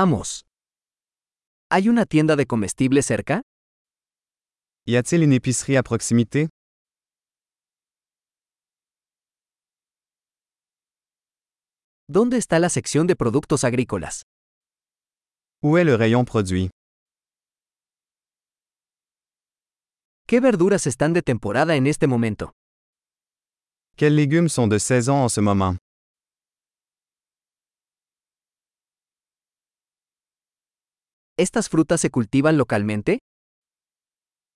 Vamos. ¿Hay una tienda de comestibles cerca? Y a-t-il une épicerie à proximité? ¿Dónde está la sección de productos agrícolas? Où est le rayon produits? ¿Qué verduras están de temporada en este momento? Quels légumes sont de saison en ce moment? ¿Estas frutas se cultivan localmente?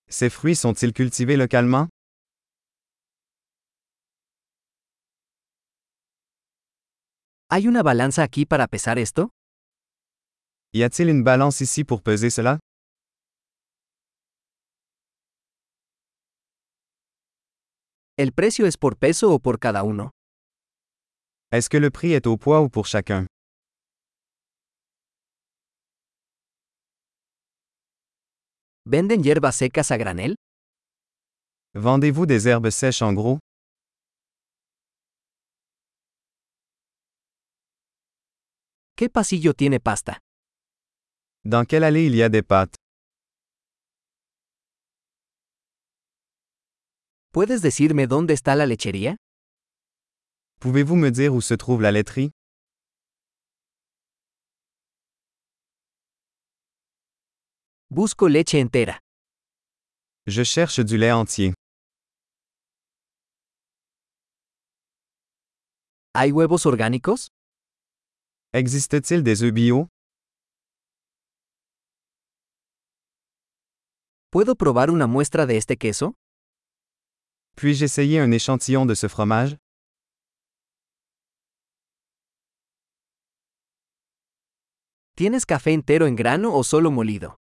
Ces fruits sont-ils cultivés localement? ¿Hay una balanza aquí para pesar esto? Y a-t-il une balance ici pour peser cela? ¿El precio es por peso o por cada uno? Est-ce que le prix est au poids ou pour chacun? ¿Venden hierbas secas a granel? Vendez-vous des herbes sèches en gros? ¿Qué pasillo tiene pasta? Dans quelle allée il y a des pâtes? ¿Puedes decirme dónde está la lechería? Pouvez-vous me dire où se trouve la laiterie? Busco leche entera. Je cherche du lait entier. ¿Hay huevos orgánicos? Existe-t-il des œufs bio? ¿Puedo probar una muestra de este queso? Puis-je essayer un échantillon de ce fromage? ¿Tienes café entero en grano o solo molido?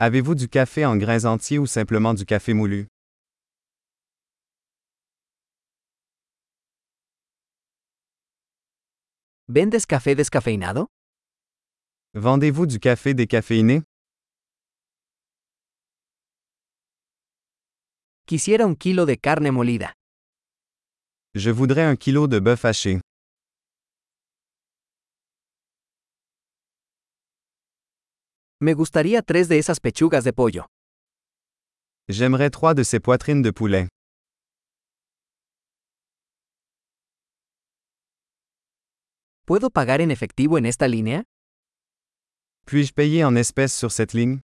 Avez-vous du café en grains entiers ou simplement du café moulu? ¿Vendes café descafeinado? Vendez-vous du café décaféiné? Quisiera un kilo de carne molida. Je voudrais un kilo de bœuf haché. Me gustaría tres de esas pechugas de pollo. J'aimerais trois de ces poitrines de poulet. ¿Puedo pagar en efectivo en esta línea? Puis-je payer en espèces sur cette ligne?